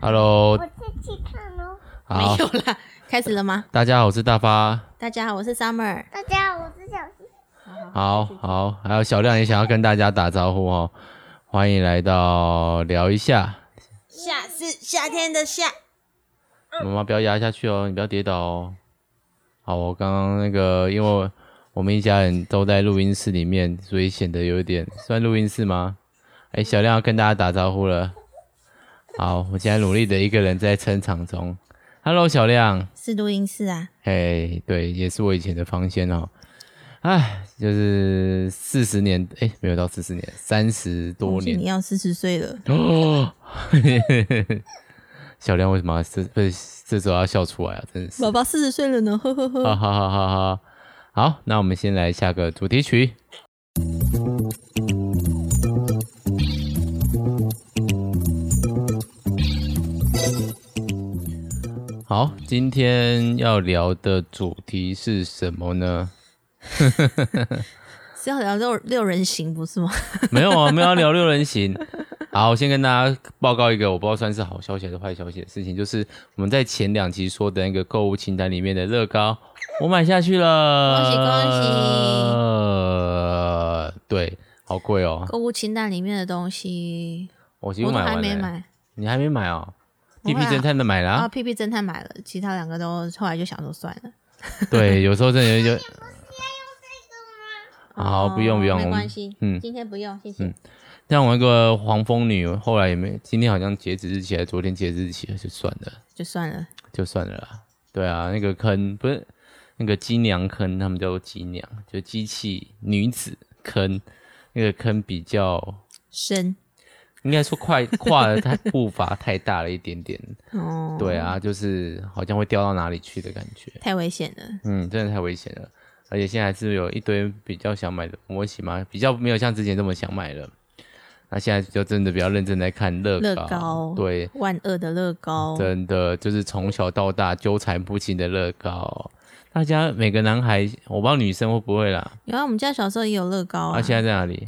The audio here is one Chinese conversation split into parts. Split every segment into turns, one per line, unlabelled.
Hello，
我自己看哦。
好
没，有啦，开始了吗？
大家好，我是大发。
大家好，我是 Summer。
大家好，我是小西。
好好，还有小亮也想要跟大家打招呼哦，欢迎来到聊一下。
夏是夏天的夏，
妈妈不要压下去哦，你不要跌倒哦。好，我刚刚那个，因为我们一家人都在录音室里面，所以显得有一点算录音室吗？哎，小亮要跟大家打招呼了。好，我现在努力的一个人在撑场中。Hello，小亮。
是录音室啊。
嘿，对，也是我以前的房间哦。哎，就是四十年，哎，没有到四十年，三十多
恭喜
年
你要四十岁了，
哦。 小亮为什么要这这这时候要笑出来啊？真的是
宝，宝四十岁了呢，呵 呵呵。
哈哈哈哈哈。好，那我们先来下个主题曲。好，今天要聊的主题是什么呢？
是要聊六六人行不是吗？
没有啊，我们要聊六人行。 好，我先跟大家报告一个我不知道算是好消息还是坏消息的事情，就是我们在前两集说的那个购物清单里面的乐高，我买下去了，
恭喜恭喜
呃对，好贵哦，
购物清单里面的东西
我几乎
我都
买
还
完了、欸
没买
你还没买哦
我
？T
买
P
了
侦探的买了、
啊。屁屁侦探买了，其他两个都后来就想说算了。
对，有时候真的就啊好，
哦
不用不用，
没关系，
嗯
嗯，今天不用，谢谢。
像我那个黄蜂女，后来也没，今天好像截止日期，还是昨天截止日期，就算了。
就算了，
就算了啦。对啊，那个坑不是那个鸡娘坑，他们叫做鸡娘，就机器女子坑。那个坑比较，
深
应该说快 跨的太步伐太大了一点点。
哦，
对，啊，就是好像会掉到哪里去的感觉。
太危险了。
嗯，真的太危险了。而且现在还是有一堆比较想买的模型嘛，比较没有像之前这么想买了。那现在就真的比较认真在看乐
乐
高，
高
对，
万恶的乐高，
真的就是从小到大纠缠不清的乐高。大家每个男孩，我不知道女生会不会啦。
原来我们家小时候也有乐高
啊，
啊，
现在在哪里？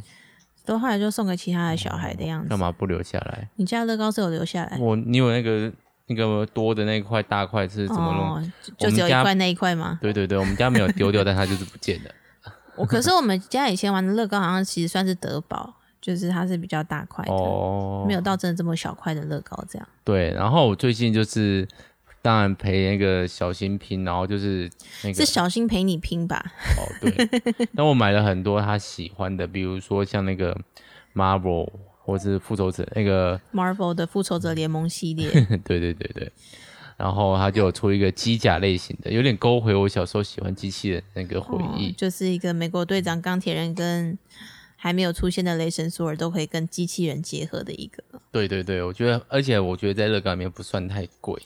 都后来就送给其他的小孩的样子
干。嘛不留下来？
你家乐高是有留下来？
我你有那个那个多的那块大块是怎么弄？
哦、
我
就
们
只有
家
一块那一 块吗？
对对对，我们家没有丢掉，但它就是不见 了。
我可是我们家以前玩的乐高好像其实算是德宝，就是它是比较大块的，
哦，
没有到真的这么小块的乐高这样。
对，然后我最近就是，当然陪那个小新拼，然后就是那个
是小新陪你拼吧？
哦，对。但我买了很多他喜欢的，比如说像那个 Marvel 或是复仇者那个
Marvel 的复仇者联盟系列，
对对对对。然后他就有出一个机甲类型的，有点勾回我小时候喜欢机器人那个回
哦
忆。
就是一个美国队长、钢铁人跟还没有出现的雷神索尔都可以跟机器人结合的一个，
对对对，我觉得，而且我觉得在乐高里面不算太贵，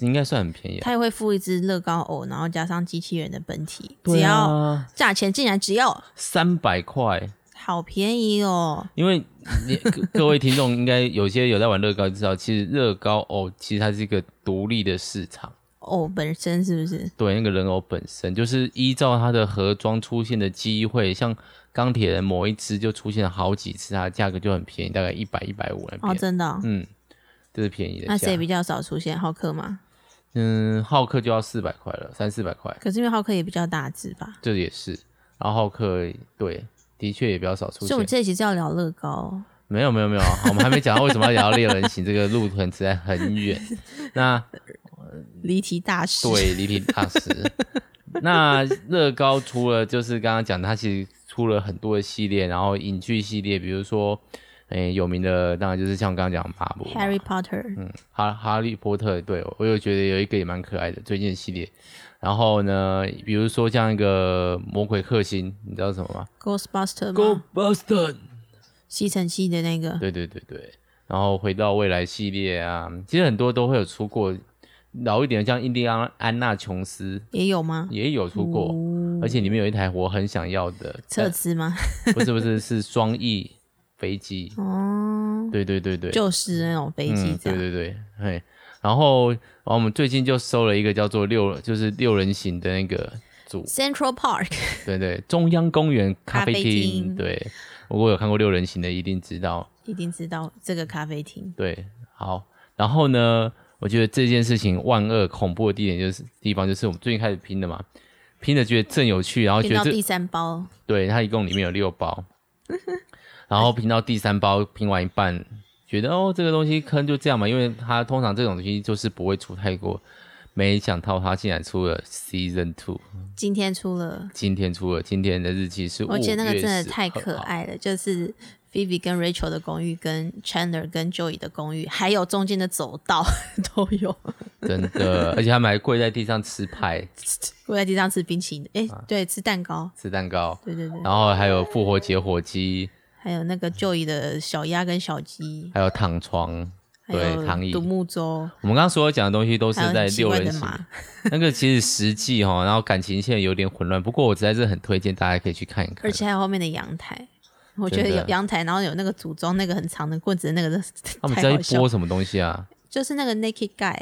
应该算很便宜啊。
它也会附一只乐高偶，然后加上机器人的本体，只
对
要
啊，
价钱竟然只要
三百块，
好便宜哦！
因为你各各位听众应该有些有在玩乐高就知道，其实乐高哦，其实它是一个独立的市场。
偶哦本身是不是？
对，那个人偶本身就是依照它的盒装出现的机会，像钢铁人某一只就出现了好几次，它的价格就很便宜，大概一百一百五那边。
哦，真的、哦。
嗯，这是便宜的
那谁
价。
比较少出现？浩克吗？
嗯，浩克就要四百块了，三四百块，
可是因为浩克也比较大只吧，
这也是。然后浩克对，的确也比较少出
所以我
现。
们
嗯
这一集是要聊乐高。
没有没有没有，啊我们还没讲到为什么要聊到猎人行，这个路程实在很 远。那
离题大师，
对，礼品大师。那乐高除了就是刚刚讲，它其实出了很多的系列，然后影剧系列，比如说，诶、有名的当然就是像我刚刚讲的马布
Harry Potter，、
嗯，哈哈利波特，对我有觉得有一个也蛮可爱的最近的系列。然后呢，比如说像一个魔鬼克星，你知道什么吗
Ghostbuster 吗？
？Ghostbuster。
吸尘器的那个，
对对对对，然后回到未来系列啊，其实很多都会有出过。老一点的像印第安安纳琼斯，
也有吗？
也有出过，
哦
而且里面有一台我很想要的，
测资吗？
但 不是不是是双翼飞机，
哦，
对对对对，
就是那种飞机
嗯，对
这样。
对对，嘿，然后然后我们最近就收了一个叫做六，就是六人行的那个组，
Central Park，
对对，中央公园咖啡
咖啡
厅，
厅
对，如果有看过六人行的一定知道，
一定知道这个咖啡厅。
对，好，然后呢，我觉得这件事情万恶恐怖的地点就是地方就是我们最近开始拼的嘛，拼的觉得正有趣，然后
拼
觉
到
得这
第三包，
对，它一共里面有六包， 然后拼到第三包，拼完一半，觉得哦，这个东西坑就这样嘛，因为它通常这种东西就是不会出太过。没想到它竟然出了 Season Two，
今天出了，
今天出了，今天的日期是5
我觉得那个
月
真的
10
太可
号
爱了，就是 Vivi 跟 Rachel 的公寓，跟 Chandler 跟 Joey 的公寓，还有中间的走道 都有，
真的，而且他们还跪在地上吃派、
我在地上吃冰淇淋，哎、
啊
对，吃蛋糕，
吃蛋糕，
对对对，
然后还有复活节火鸡，
还有那个 Joey 的小鸭跟小鸡，
还有躺床。
还
对，躺
有
椅。
独木舟，
我们刚刚所有讲的东西都是
还有
在
很奇
六
怪
人
的
行，
马，
那个其实实际哈、然后感情线有点混乱，不过我实在是很推荐大家可以去看一看
而。且还有后面的阳台。我觉
真
得
的
有阳台，然后有那个组装那个很长的棍子，那个真的是
他们
太
在
好笑了
播什么东西啊？
就是那个 Naked Guy，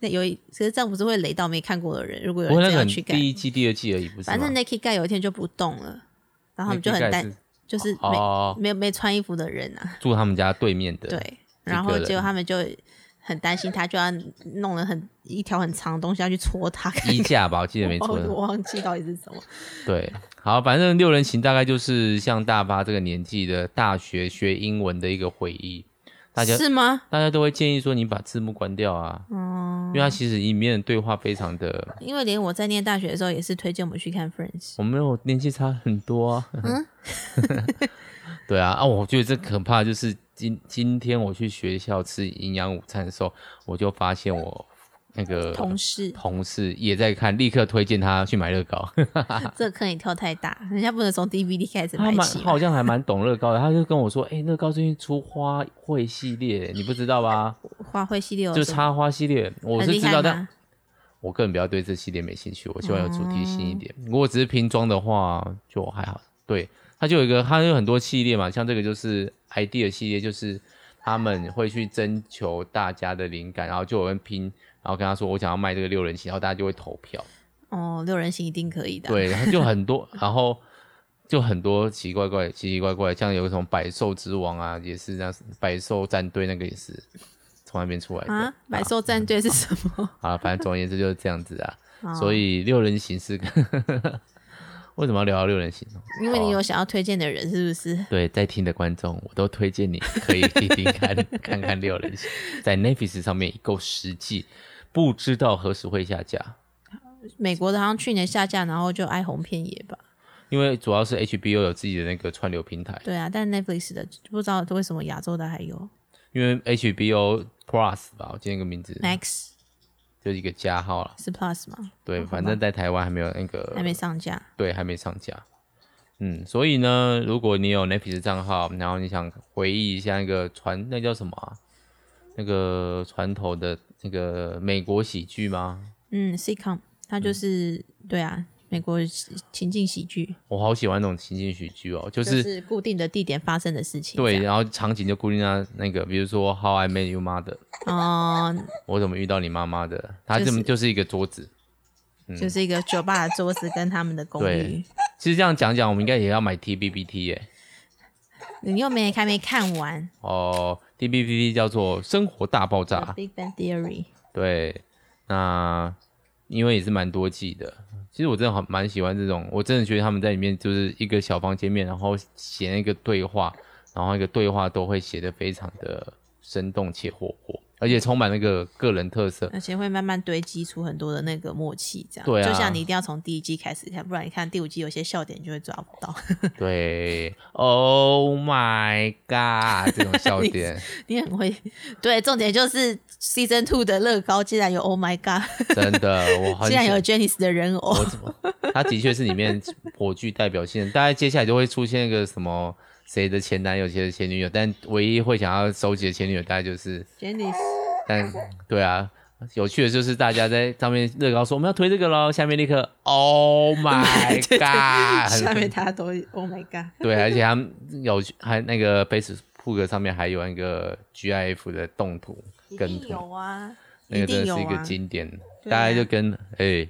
那有一其实这样不是会雷到没看过的人，如果有
不过
人
那
这
个
样
很
去改，
第一季、第二季而已，不是吗
反正 Naked Guy 有一天就不动了，然后他们就
Naked
很
Guy
担
是，
就是没、
哦
没有没穿衣服的人啊，
住他们家对面的，
对，
一
然
个
后
人
结果他们就很担心他，就要弄了很一条很长的东西要去戳他，
衣架 吧，我记得没错
我。我忘记到底是什么，
对，好，反正六人行大概就是像大巴这个年纪的大学学英文的一个回忆，大家
是吗？
大家都会建议说你把字幕关掉啊，
哦、
因为它其实里面的对话非常的，
因为连我在念大学的时候也是推荐我们去看 Friends，
我们有年纪差很多啊。
嗯
对啊，啊，我觉得这可怕的就是今今天我去学校吃营养午餐的时候，我就发现我那个
同事
同事也在看，立刻推荐他去买乐 高。
这个坑也跳太大，人家不能从 DVD 开始
他
买
蛮
起嘛，
好像还蛮懂乐高的，他就跟我说：“哎、乐高最近出花卉系列，你不知道吧？
花卉系列有
就
什么
插花系列，我
哦很
是
厉
知
害
道，
吗
但我个人比较对这系列没兴趣，我希望有主题性一点。如果只是拼装的话，就还好。对，它就有一个，它有很多系列嘛，像这个就是 idea 系列，就是他们会去征求大家的灵感，然后就有人拼，然后跟他说我想要卖这个六人行，然后大家就会投票。
哦，六人行一定可以的。，
对，然后就很多，然后就很多奇奇怪怪、奇奇怪怪，像有什么百兽之王啊，也是这样，百兽战队那个也是从那边出来的
啊，百兽战队是什么？
啊，反正总而言之就是这样子啊。
哦
嗯所以六人行是个 为什么要聊到六人行呢？
因为你
好
有想要推荐的人，是不是？
对在听的观众，我都推荐你可以听听看 看看六人行，在 Netflix 上面一共十季，不知道何时会下架。
美国的好像去年下架，然后就哀鸿遍野吧。
因为主要是 HBO 有自己的那个串流平台，
对啊，但 Netflix 的不知道为什么亚洲的还有
因为 HBO Plus 吧，我记得那个名字，
Max
就一个加号了。
是 Plus 吗？
对，反正在台湾哦还没有那个，
还没上架。
对，还没上架。嗯，所以呢，如果你有 Netflix 账号，然后你想回忆一下那个传，那叫什么啊？那个船头的那个美国喜剧吗？
嗯，sitcom 它就是、对啊，美国情境喜剧，
我好喜欢那种情景喜剧哦，就、
就是是固定的地点发生的事情。
对，然后场景就固定在那个，比如说 How I Met Your Mother，
这样，哦、
我怎么遇到你妈妈的？它
就
这么
是
就是一个桌子。
就是一个酒吧的桌子跟他们的公寓
嗯对。其实这样讲讲，我们应该也要买 T B B T 耶。
你又没还没看完
哦，T B B T 叫做《生活大爆炸》。
《The Big Bang Theory》，
对，那因为也是蛮多季的，其实我真的好蛮喜欢这种，我真的觉得他们在里面就是一个小房间面，然后写那个对话，然后一个对话都会写得非常的生动且活泼，而且充满那个个人特 色。
而且会慢慢堆积出很多的那个默契，这样。
对啊
就像你一定要从第一季开始看，不然你看第五季有些笑点就会抓不到。
对，Oh my God，这种笑
你
点
你很会，对，重点就是 season two 的乐高竟然有 Oh my God，
真的，我很
竟然有
想
Janice 的人偶
我，怎么，他的确是里面颇具代表性的。大概接下来就会出现一个什么谁的前男友、谁的前女友，但唯一会想要收集的前女友，大概就是，
Janice
但对啊。有趣的就是大家在上面乐高说我们要推这个喽，下面立刻 Oh my
对
God，
下面大家都 Oh my God，
对，而且他们有还那个 Base 扑克上面还有那个 GIF 的动图跟图，
啊，
那
一
个真
定
的
有
是一个
啊。
经典，
对
大家
啊
就跟哎、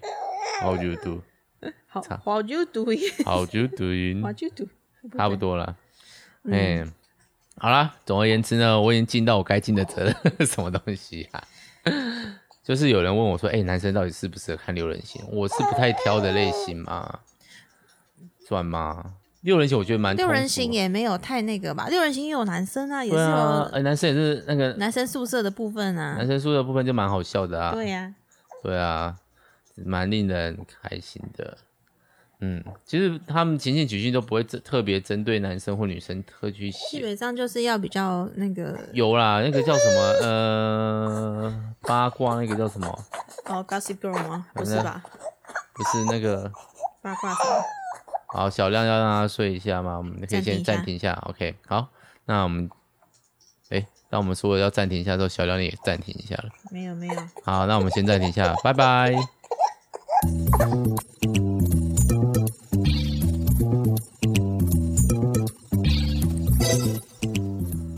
好 h o w do you do？
好，How you doing？How
How do you doing？
you do？
差不多了。
嗯
哎、好啦，总而言之呢，我已经尽到我该尽的责任。 什么东西啊？就是有人问我说：“哎、男生到底适不适合看六人行？”我是不太挑的类型嘛，算吗？六人行我觉得蛮
嗯六人行
行
也没有太那个吧，六人行也有男生啊，也是
啊对啊，哎、
有
男生也是那个
男生宿舍的部分啊
男。生宿舍部分就蛮好笑的啊，
对呀、
对啊，蛮令人开心的。嗯，其实他们情景喜剧都不会特特别针对男生或女生特去
基
写，
本上就是要比较那个
有啦，那个叫什么呃八卦那个叫什么，
哦，Gossip Girl 吗？不是
正
吧？
不是那个
八卦什么？
好小亮要让他睡一下吗？我们可以先暂
暂
停
停
一下，OK，好，那我们哎，当我们说要暂停一下之后，小亮也暂停一下了。
没有没有。
好，那我们先暂停一下，拜拜。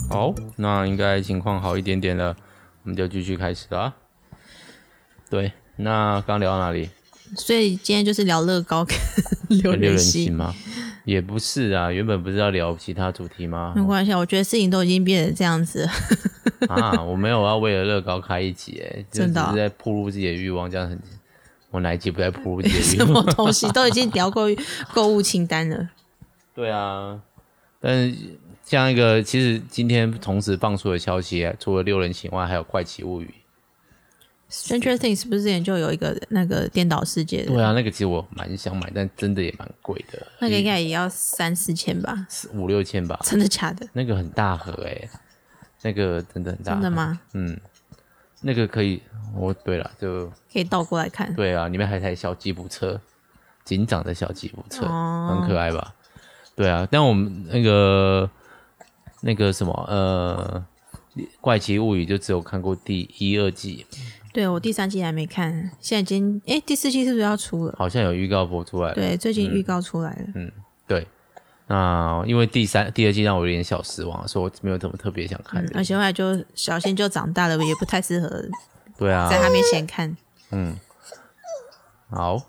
好，那应该情况好一点点了，我们就继续开始啊。对，那刚聊到哪里？
所以今天就是聊乐 高跟
六
六人
人行
行。
吗？也不是啊，原本不是要聊其他主题吗
没？关系啊，我觉得事情都已经变成这样子了，
啊，我没有要为了乐高开一集，哎，就
真
只
的啊
是在暴露自己的欲望，这样很。我哪一集不在暴露自己的欲
什
望？
么东西都已经聊过购物清单了。
对啊，但是像一个，其实今天同时放出的消息，除了六人行外，还有《怪奇物语
Stranger Things 不是之前就有一个那个颠倒世界》。的，
对啊，那个其实我蛮想买，但真的也蛮贵的，
那个应该也要三四千吧？
四五六千吧。
真的假的？
那个很大盒哎、那个真的很大。
真的？吗？
嗯，那个可以。哦，对了，就
可以倒过来看。
对啊，里面还有台小吉普车，警长的小吉普车，
哦
很可爱吧？对啊，但我们那个那个什么呃，《怪奇物语》就只有看过第一、二季，
对我第三季还没看，现在已经哎第四季是不是要出了？
好像有预告播出来了。
对，最近预告出来了。
嗯对，那因为第三、第二季让我有点小失望，所以我没有怎么特别想看
嗯
的。
而且后来就小仙就长大了，也不太适合
对啊
在，他面前看。
好，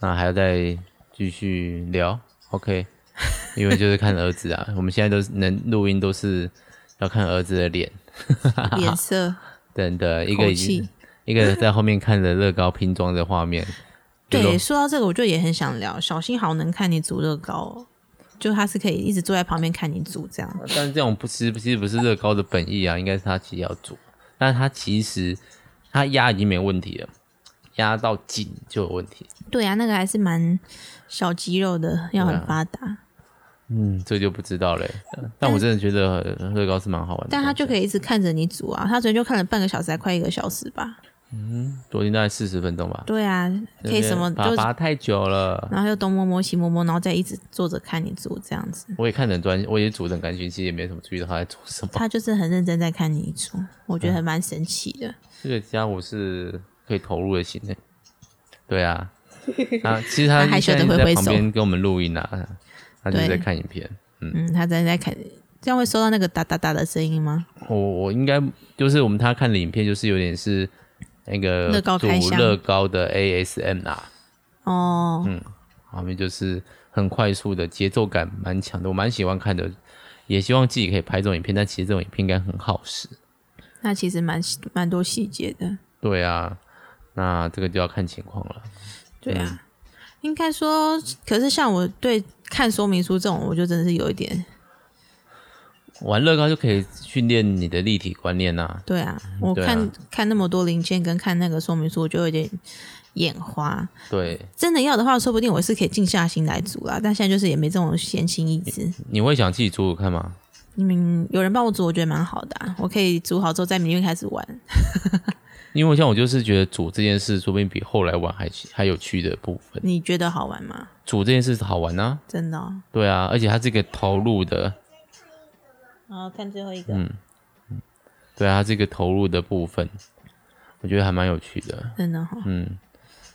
那还要再继续聊，OK？因 为就是看儿子啊，我们现在都是能录音都是要看儿子的脸。
脸色，
真的，一个已经
气
一个在后面看着乐高拼装的画面，就
对，
是
说到这个，我就也很想聊。小新好能看你组乐高、哦，就他是可以一直坐在旁边看你组这样。
说但是这种不其实其实不是乐高的本意啊，应该是他其实要做，但是他其实他压已经没问题了，压到紧就有问题，
对啊，那个还是蛮小肌肉的，要很发达，
嗯，这就不知道嘞。但我真的觉得呃乐高是蛮好玩的东西，
但他就可以一直看着你组啊。他昨天就看了半个小时，还快一个小时吧。
昨天大概四十分钟吧，
对啊，可以什么
爸
就，
爸太久了。
然后又东摸摸西摸摸，然后再一直坐着看你组这样子。
我也看得很专心，我也煮的很开心，其实也没什么注意到他在做什么。
他就是很认真在看你组，我觉得还蛮神奇的。
这个家伙是可以投入的型的，对 啊，啊，其实他
他害羞地
现在
挥挥
在
手
旁边跟我们录音啊，他就是在
对
看影片。
嗯，他真的在看，这样会收到那个哒哒哒的声音吗？
我我应该就是我们他看的影片，就是有点是那个
乐高
煮
开箱
乐高的 ASM 啊，
哦，
旁边就是很快速的节奏感蛮强的，我蛮喜欢看的，也希望自己可以拍这种影片，但其实这种影片应该很耗时。
那其实蛮蛮多细节的。
对啊，那这个就要看情况了。
对
嗯
啊，应该说，可是像我对看说明书这种，我就真的是有一点，
玩乐高就可以训练你的立体观念呐、啊，
对啊，我
对啊
看、看那么多零件跟看那个说明书，我就有点眼花。
对。
真的要的话，说不定我是可以静下心来组啦，但现在就是也没这种闲情逸致。
你会想自己煮煮看吗？
你们有人帮我组，我觉得蛮好的、啊，我可以组好之后在里面开始玩。
因为像我就是觉得煮这件事，说不定比后来玩还还有趣的部分。
你觉得好玩吗？
煮这件事好玩啊，
真的、哦。
对啊，而且它是一个投入的，
然后看最后一个，
嗯对啊，它是一个投入的部分，我觉得还蛮有趣的。
真的哦哈、
嗯，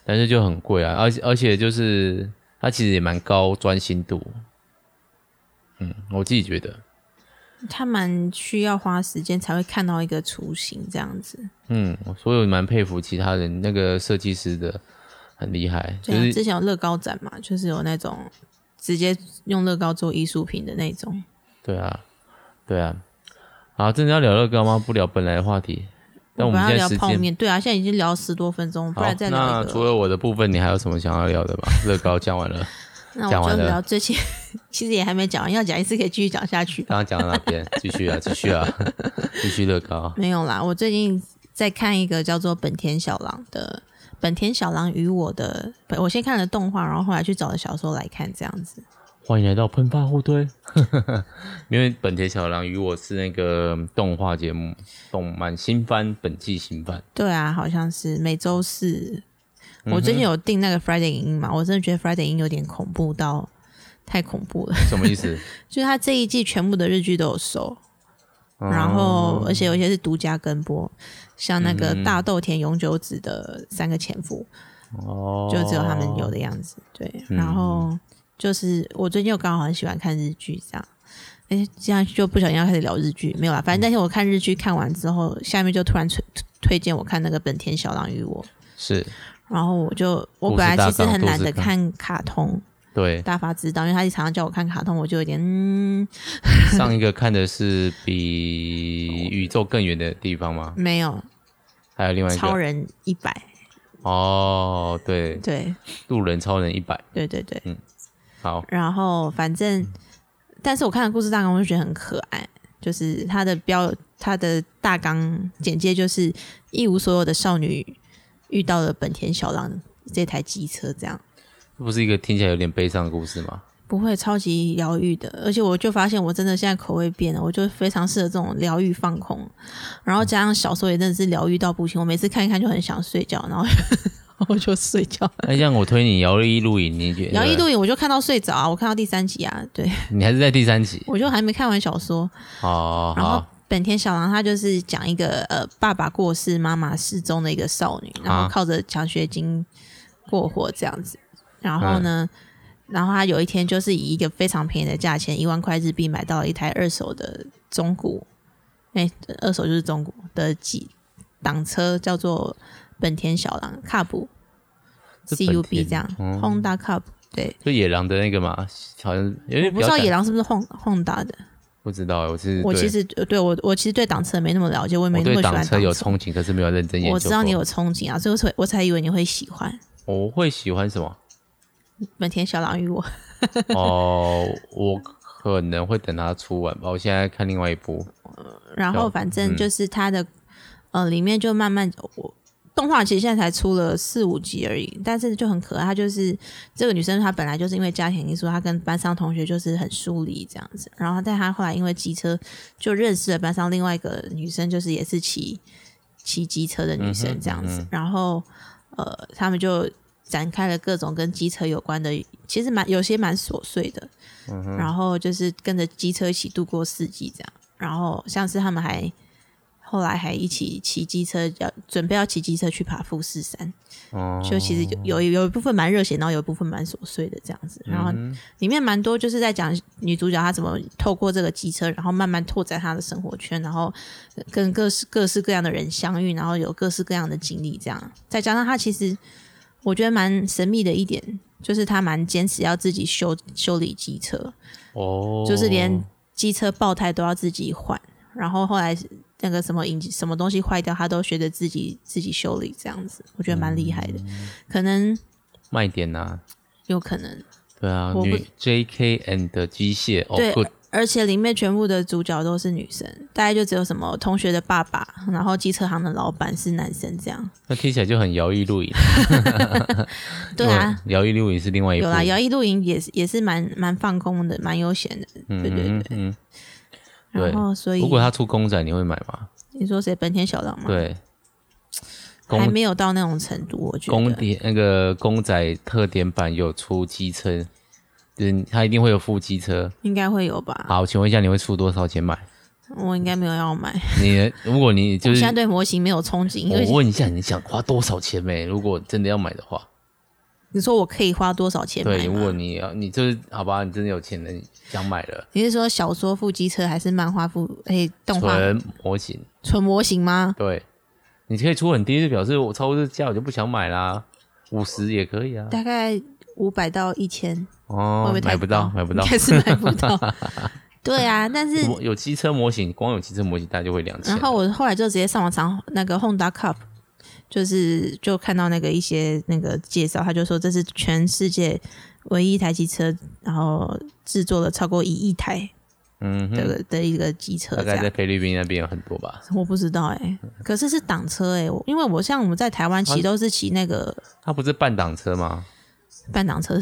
但是就很贵啊，而且而且就是它其实也蛮高专心度。嗯，我自己觉得，
他蛮需要花时间才会看到一个雏形这样子。
嗯，所以我蛮佩服其他人那个设计师的，很厉害，就
对啊，
是
之前有乐高展嘛，就是有那种直接用乐高做艺术品的那种。
对啊，对啊，好，真的要聊乐高吗？不聊本来的话题。但我
本
们
来
现
要
在时
聊泡
间
面，对啊，现在已经聊十多分钟，不
好
然再，聊
那
一
除
个。
了我的部分，你还有什么想要聊的吗？ 乐高讲完了，
那
讲
我
完
就
了
聊最近，其实也还没讲完，要讲一次可以继续讲下去。
刚刚讲到哪边？继续啊，继续啊，继续乐高。
没有啦，我最近在看一个叫做本田小狼的《本田小狼与我的》，我先看了动画，然后后来去找了小说来看，这样子。
欢迎来到喷发后堆， 因为本田小狼与我是那个动画节目，动漫新番，本季新番。
对啊，好像是每周四。
嗯
我最近有订那个 Friday 影音嘛，我真的觉得 Friday 影音有点恐怖到太恐怖了，
什么意 思？
就是它这一季全部的日剧都有收，然
哦
后而且有一些是独家跟播，像那
嗯
个大豆田永久子的三个前夫，
哦，嗯
就只有他们有的样子。对，然后就是我最近又刚好很喜欢看日剧，这样。哎，这样就不小心要开始聊日剧，没有啦。反正那天我看日剧看完之后，下面就突然推推荐我看那个本田小狼与我，
是
然后我就我
故
本
事
来
大
其实
纲
很
都
懒
是
得
看
看卡通，。
对
大发知道，因为他常常叫我看卡通，我就有点嗯
上一个看的是比宇宙更远的地方吗？
没有
还有另外一
嗯超
个
人一百，
哦，对，
对
路人超人一百。
对对对，
好，
然后反正，但是我看的故事大纲，我就觉得很可爱。就是它的标，它的大纲简介就是一无所有的少女遇到了本田小狼这台机车，这样
这不是一个听起来有点悲伤的故事吗？
不会超级疗愈的。而且我就发现，我真的现在口味变了，我就非常适合这种疗愈放空。然后加上小说也真的是疗愈到不行，我每次看一看就很想睡觉，然后 我就睡觉。
那这样哎我推你摇一露营，你觉得？
摇一度影我就看到睡着啊，我看到第三集啊，对
你还是在第三集
我就还没看完小说。
哦。
然后
好，
本田小狼他就是讲一个呃爸爸过世、妈妈失踪的一个少女，然
啊
后靠着奖学金过活这样子。然后呢，
哎
然后他有一天就是以一个非常便宜的价钱，一万块日币买到了一台二手的中古，哎、二手就是中古的几挡车，叫做本田小狼 Cub
这
C
本
U B
田哦
这样、Honda Cub 对。
就野狼的那个嘛，好像有点
我不知道野
狼，
狼是不是 Hon Honda 的，
不知道欸，我是
我
对
其实对我我其实对挡车没那么了解，我也没
我
那么
对
喜
挡
欢挡
车有憧憬，可是没有认真研究。
我知道你有，憧憬啊，所以我才我才以为你会喜欢
我会喜欢什么？
本田小狼与我。
哦，我可能会等它出完吧。我现在看另外一部，
然后
小
反正就是它的、呃里面就慢慢我动画其实现在才出了四五集而已，但是就很可爱。她就是这个女生，她本来就是因为家庭因素，她跟班上同学就是很疏离这样子。然后但她后来因为机车就认识了班上另外一个女生，就是也是骑骑机车的女生这样子。然后呃，他们就展开了各种跟机车有关的，其实蛮有些蛮琐碎的。然后就是跟着机车一起度过四季这样。然后像是他们还后来还一起骑机车，要准备要骑机车去爬富士山，
哦，
就其实有有有一部分蛮热血，然后有一部分蛮琐碎的这样子。然后里面蛮多就是在讲女主角她怎么透过这个机车，然后慢慢拓展她的生活圈，然后跟各式各式各样的人相遇，然后有各式各样的经历，这样再加上她其实我觉得蛮神秘的一点。就是她蛮坚持要自己修修理机车，
哦，
就是连机车爆胎都要自己换，然后后来那个什么引什么东西坏掉，他都学着自己自己修理，这样子，我觉得蛮厉害的。
嗯
可能
慢一点呐。
有可能
对啊，
我不
女 J.K. and 机械哦
对
good，
而且里面全部的主角都是女生，大概就只有什么同学的爸爸，然后机车行的老板是男生这样。
那听起来就很摇曳露营。
对啊，，
摇曳露营是另外一部。
有啦，摇曳露营也是也是蛮蛮放空的，蛮悠闲的，对对对。
嗯嗯。对
然后所以
如果他出公仔，你会买吗？
你说谁本田小狼吗？，
对，
还
公
没有到那种程度，我觉
公
得。
点那个公仔特点版有出机车，就是它一定会有副机车。
应该会有吧，
好，请问一下，你会出多少钱买？
我应该没有要买。
你如果你就
我
是
现在对模型没有憧憬，因为
我问一下，你想花多少钱没？如果真的要买的话，
你说我可以花多少钱买
对，如果
吗？
你要你就是好吧，你真的有钱了，你想买了，
你是说小说附机车还是漫画附诶、动画
纯模型，
纯模型吗？
对，你可以出很低，就表示我超过这价我就不想买啦，五十也可以啊。
大概五百到一千，会
哦
不会，太
买不到，买不到
应，该是买不到。对啊，但是
我有机车模型，光有机车模型大家就会两千。
然后我后来就直接上网查那个 Honda Cup，就是就看到那个一些那个介绍，他就说这是全世界唯一一台机车，然后制作了超过一亿台
嗯哼，
的、的一个机车
大
这
概
样
在。菲律宾那边有很多吧。
我不知道哎、
嗯
可是是挡车哎、我因为我像我们在台湾骑都是骑那个
它不是半挡车吗？
半挡车，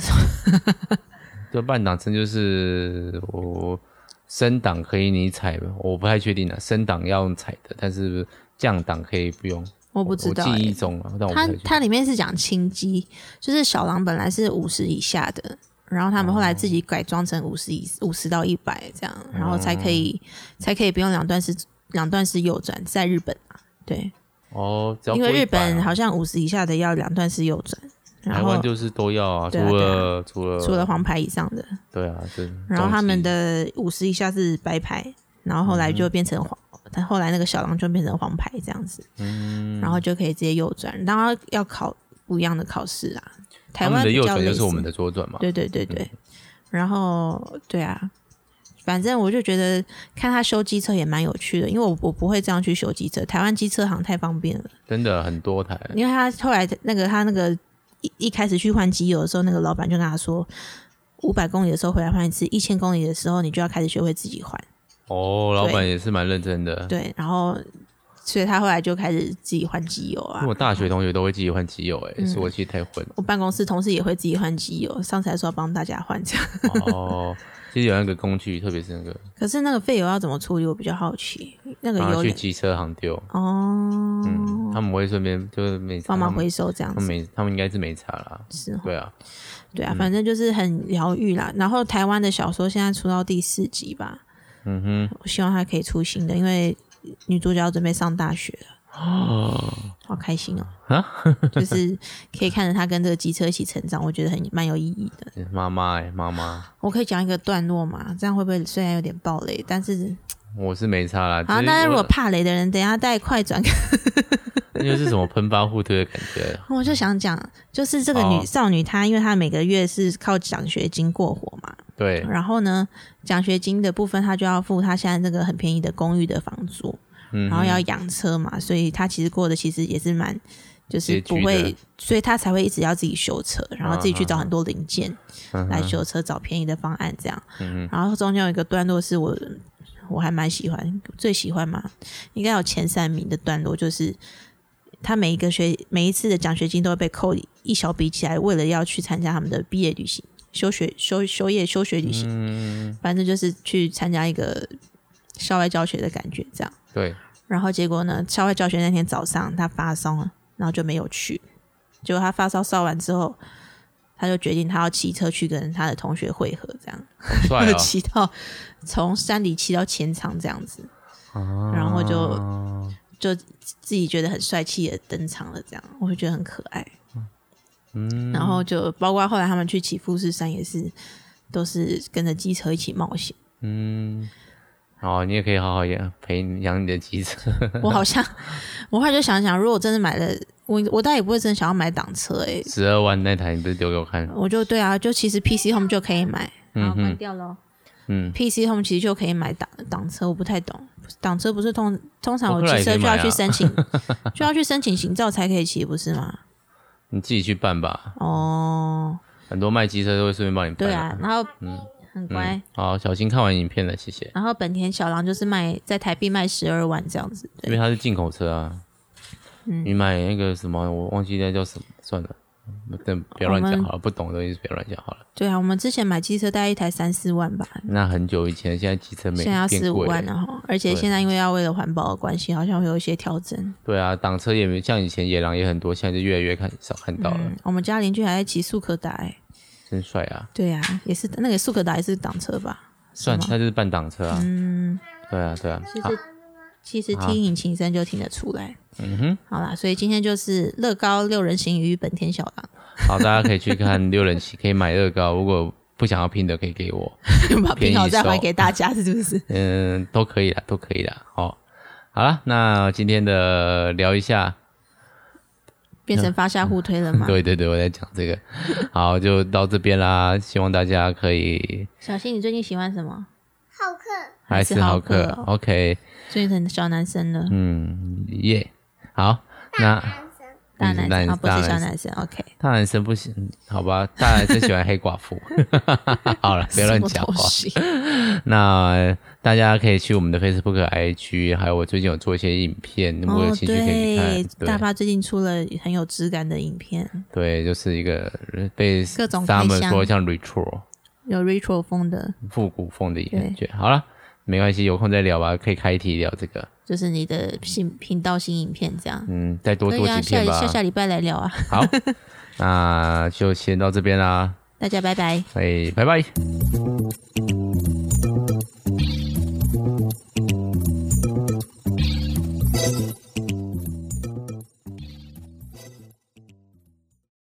就半挡车就是我升档可以你踩，我不太确定啊，升档要用踩的，但是降档可以不用。
我
我
不知道、
我记忆
欸。
中啊，但我不太
它
确定
它里面是讲轻机，就是小狼本来是五十以下的，然后他们后来自
哦
己改装成五十以五十到一百这样，然后才可
哦
以、才可以不用两段式两段式右转，在日本啊，对，
哦，只要
因为
过
日
100啊
本好像五十以下的要两段式右转，
台
然后
湾就是呃都要啊，除
对啊对啊
了除了
除了黄牌以上的，
对啊，是。
然后他们
中级
的五十以下是白牌，然后后来
嗯
就变成黄，但后来那个小狼就变成黄牌这样子，
嗯
然后就可以直接右转，当然要考不一样的考试啊。
他
台
们
湾
的
比
右
较
转
类
就
似
是我们的嗯左转嘛，
对对对对，然后对啊，反正我就觉得看他修机车也蛮有趣的，因为我我不会这样去修机车，台湾机车行太方便了，
真的很多台。
因为他后来那个他那个一一开始去换机油的时候，那个老板就跟他说。五百公里的时候回来换一次，一千公里的时候你就要开始学会自己换。
哦，老板
对
也是蛮认真的。
对，啊然后所以他后来就开始自己换机油啊
因为。我大学同学都会自己换机油，
嗯
哎，是我其实太混了。
我办公室同事也会自己换机油，上次还说要帮大家换这样。
哦，其实有那个工具，特别是那个，
可是那个废油要怎么处理，我比较好奇。那个
然
油
后去
量
机车行丢，
哦，
嗯，他们会顺便就是没
帮忙
他们
回收这样
他们
子，
没，他们应该是没查啦。
是哦
对啊，
对啊，反正就是很疗愈啦。然后台湾的小说现在出到第四集吧，
嗯哼，
我希望它可以出新的，因为女主角准备上大学了。好开心哦！
啊
就是可以看着她跟这个机车一起成长，我觉得很蛮有意义的。
妈妈哎，妈妈，
我可以讲一个段落嘛？这样会不会虽然有点暴雷，但是
我是没差啦。
好，
只是
大家如果
我
怕雷的人，等一下带 快转。
那就是什么喷发互推的感觉，
我就想讲，就是这个女、
哦
少女她，因为她每个月是靠奖学金过活嘛，
对，
然后呢，奖学金的部分她就要付她现在这个很便宜的公寓的房租，
嗯哼，
然后要养车嘛，所以她其实过得其实也是蛮。就
拮
是
据
不
的
会，所以她才会一直要自己修车，然后自己去找很多零件
嗯哼
来修车，找便宜的方案这样。
嗯
然后中间有一个段落是我我还蛮喜欢，最喜欢嘛，应该有前三名的段落，就是他每一个学每一次的奖学金都会被扣一小笔起来，为了要去参加他们的毕业旅行、休学、休休业、休学旅行，
嗯，
反正就是去参加一个校外教学的感觉这样。
对，
然后结果呢，校外教学那天早上他发烧了，然后就没有去。结果他发烧烧完之后，他就决定他要骑车去跟他的同学会合，这样。
好帅
就
啊，
骑到从山里骑到前场这样子，然后就就自己觉得很帅气的登场了，这样我会觉得很可爱。
嗯，
然后就包括后来他们去骑富士山也是，都是跟着机车一起冒险。
嗯，哦，你也可以好好养陪你养你的机车，
我好像 我后来就想想，如果真的买了，我我倒也不会真的想要买挡车诶、
十二万那台你不是丢给我看？
我就对啊，就其实 PC Home 就可以买，
嗯哼，
掉喽。
嗯，
PC Home 其实就可以买挡挡车，我不太懂，挡车不是通通常我
我后来
骑
也可
车
以
就要
买啊
去 申请，就要去申请行照才可以骑，不是吗？
你自己去办吧，
哦，
很多卖机车都会顺便帮你办
对啊，，然后很乖，
嗯，好，小新看完影片了，谢谢，
然后本田小狼就是卖在台币卖十二万这样子，
因
对嗯
为它是进口车啊，你买那个什么，我忘记那叫什么，算了。等不要乱
我
讲
们
好了，不懂的东西就不要乱讲好了。
对啊，我们之前买机车大概一台三四万吧，
那很久以前，现在机车没
现在要
变
十五
贵
万
了。
了哈，而且现在因为要为了环保的关系，好像会有一些调整。
对啊，挡车也没像以前野狼也很多，现在就越来越看少看到了，
嗯，我们家邻居还在骑速可达、欸，
真帅啊！
对啊，也是那个速可达也是挡车吧？
算，
吗
那就是半挡车啊。嗯，对啊，对啊。好，
其实听引擎声就听得出来。
嗯哼，
好啦，所以今天就是乐高六人行与本田小狼，
好，大家可以去看六人行，可以买乐高。如果不想要拼的，可以给我，
把拼好再还给大家，是不是？
嗯，都可以啦，都可以啦。哦，好啦，那今天的聊一下，
变成发下互推了吗？
嗯对对对，我在讲这个，好，就到这边啦。希望大家可以
小新，你最近喜欢什么？
浩克，
还
是
是
浩
浩克
克哦
？OK，
所以成小男生了，
嗯，耶、好，那
男生，
大
嗯
男
男
生啊，不
大
是
男
小
生
男生，OK，
大男生不行，好吧，大男生喜欢黑寡 妇。好了，不要乱讲
什么
话
东。西
那呃大家可以去我们的 Facebook、IG，还有我最近有做一些影片，如果有
哦，
兴趣可以
对
去看。，
大
对
巴最近出了很有质感的影片，
对，就是一个被
各种
他们
开箱
说像 retro
有 retro 风的，
复古风的感觉。好了，没关系，有空再聊吧，可以开题聊这个。
就是你的新频道新影片这样。
嗯，再多
可
做
以
几
啊，下
篇吧。
下下礼拜来聊啊，
好，那就先到这边啦，
大家拜拜。
哎，拜拜。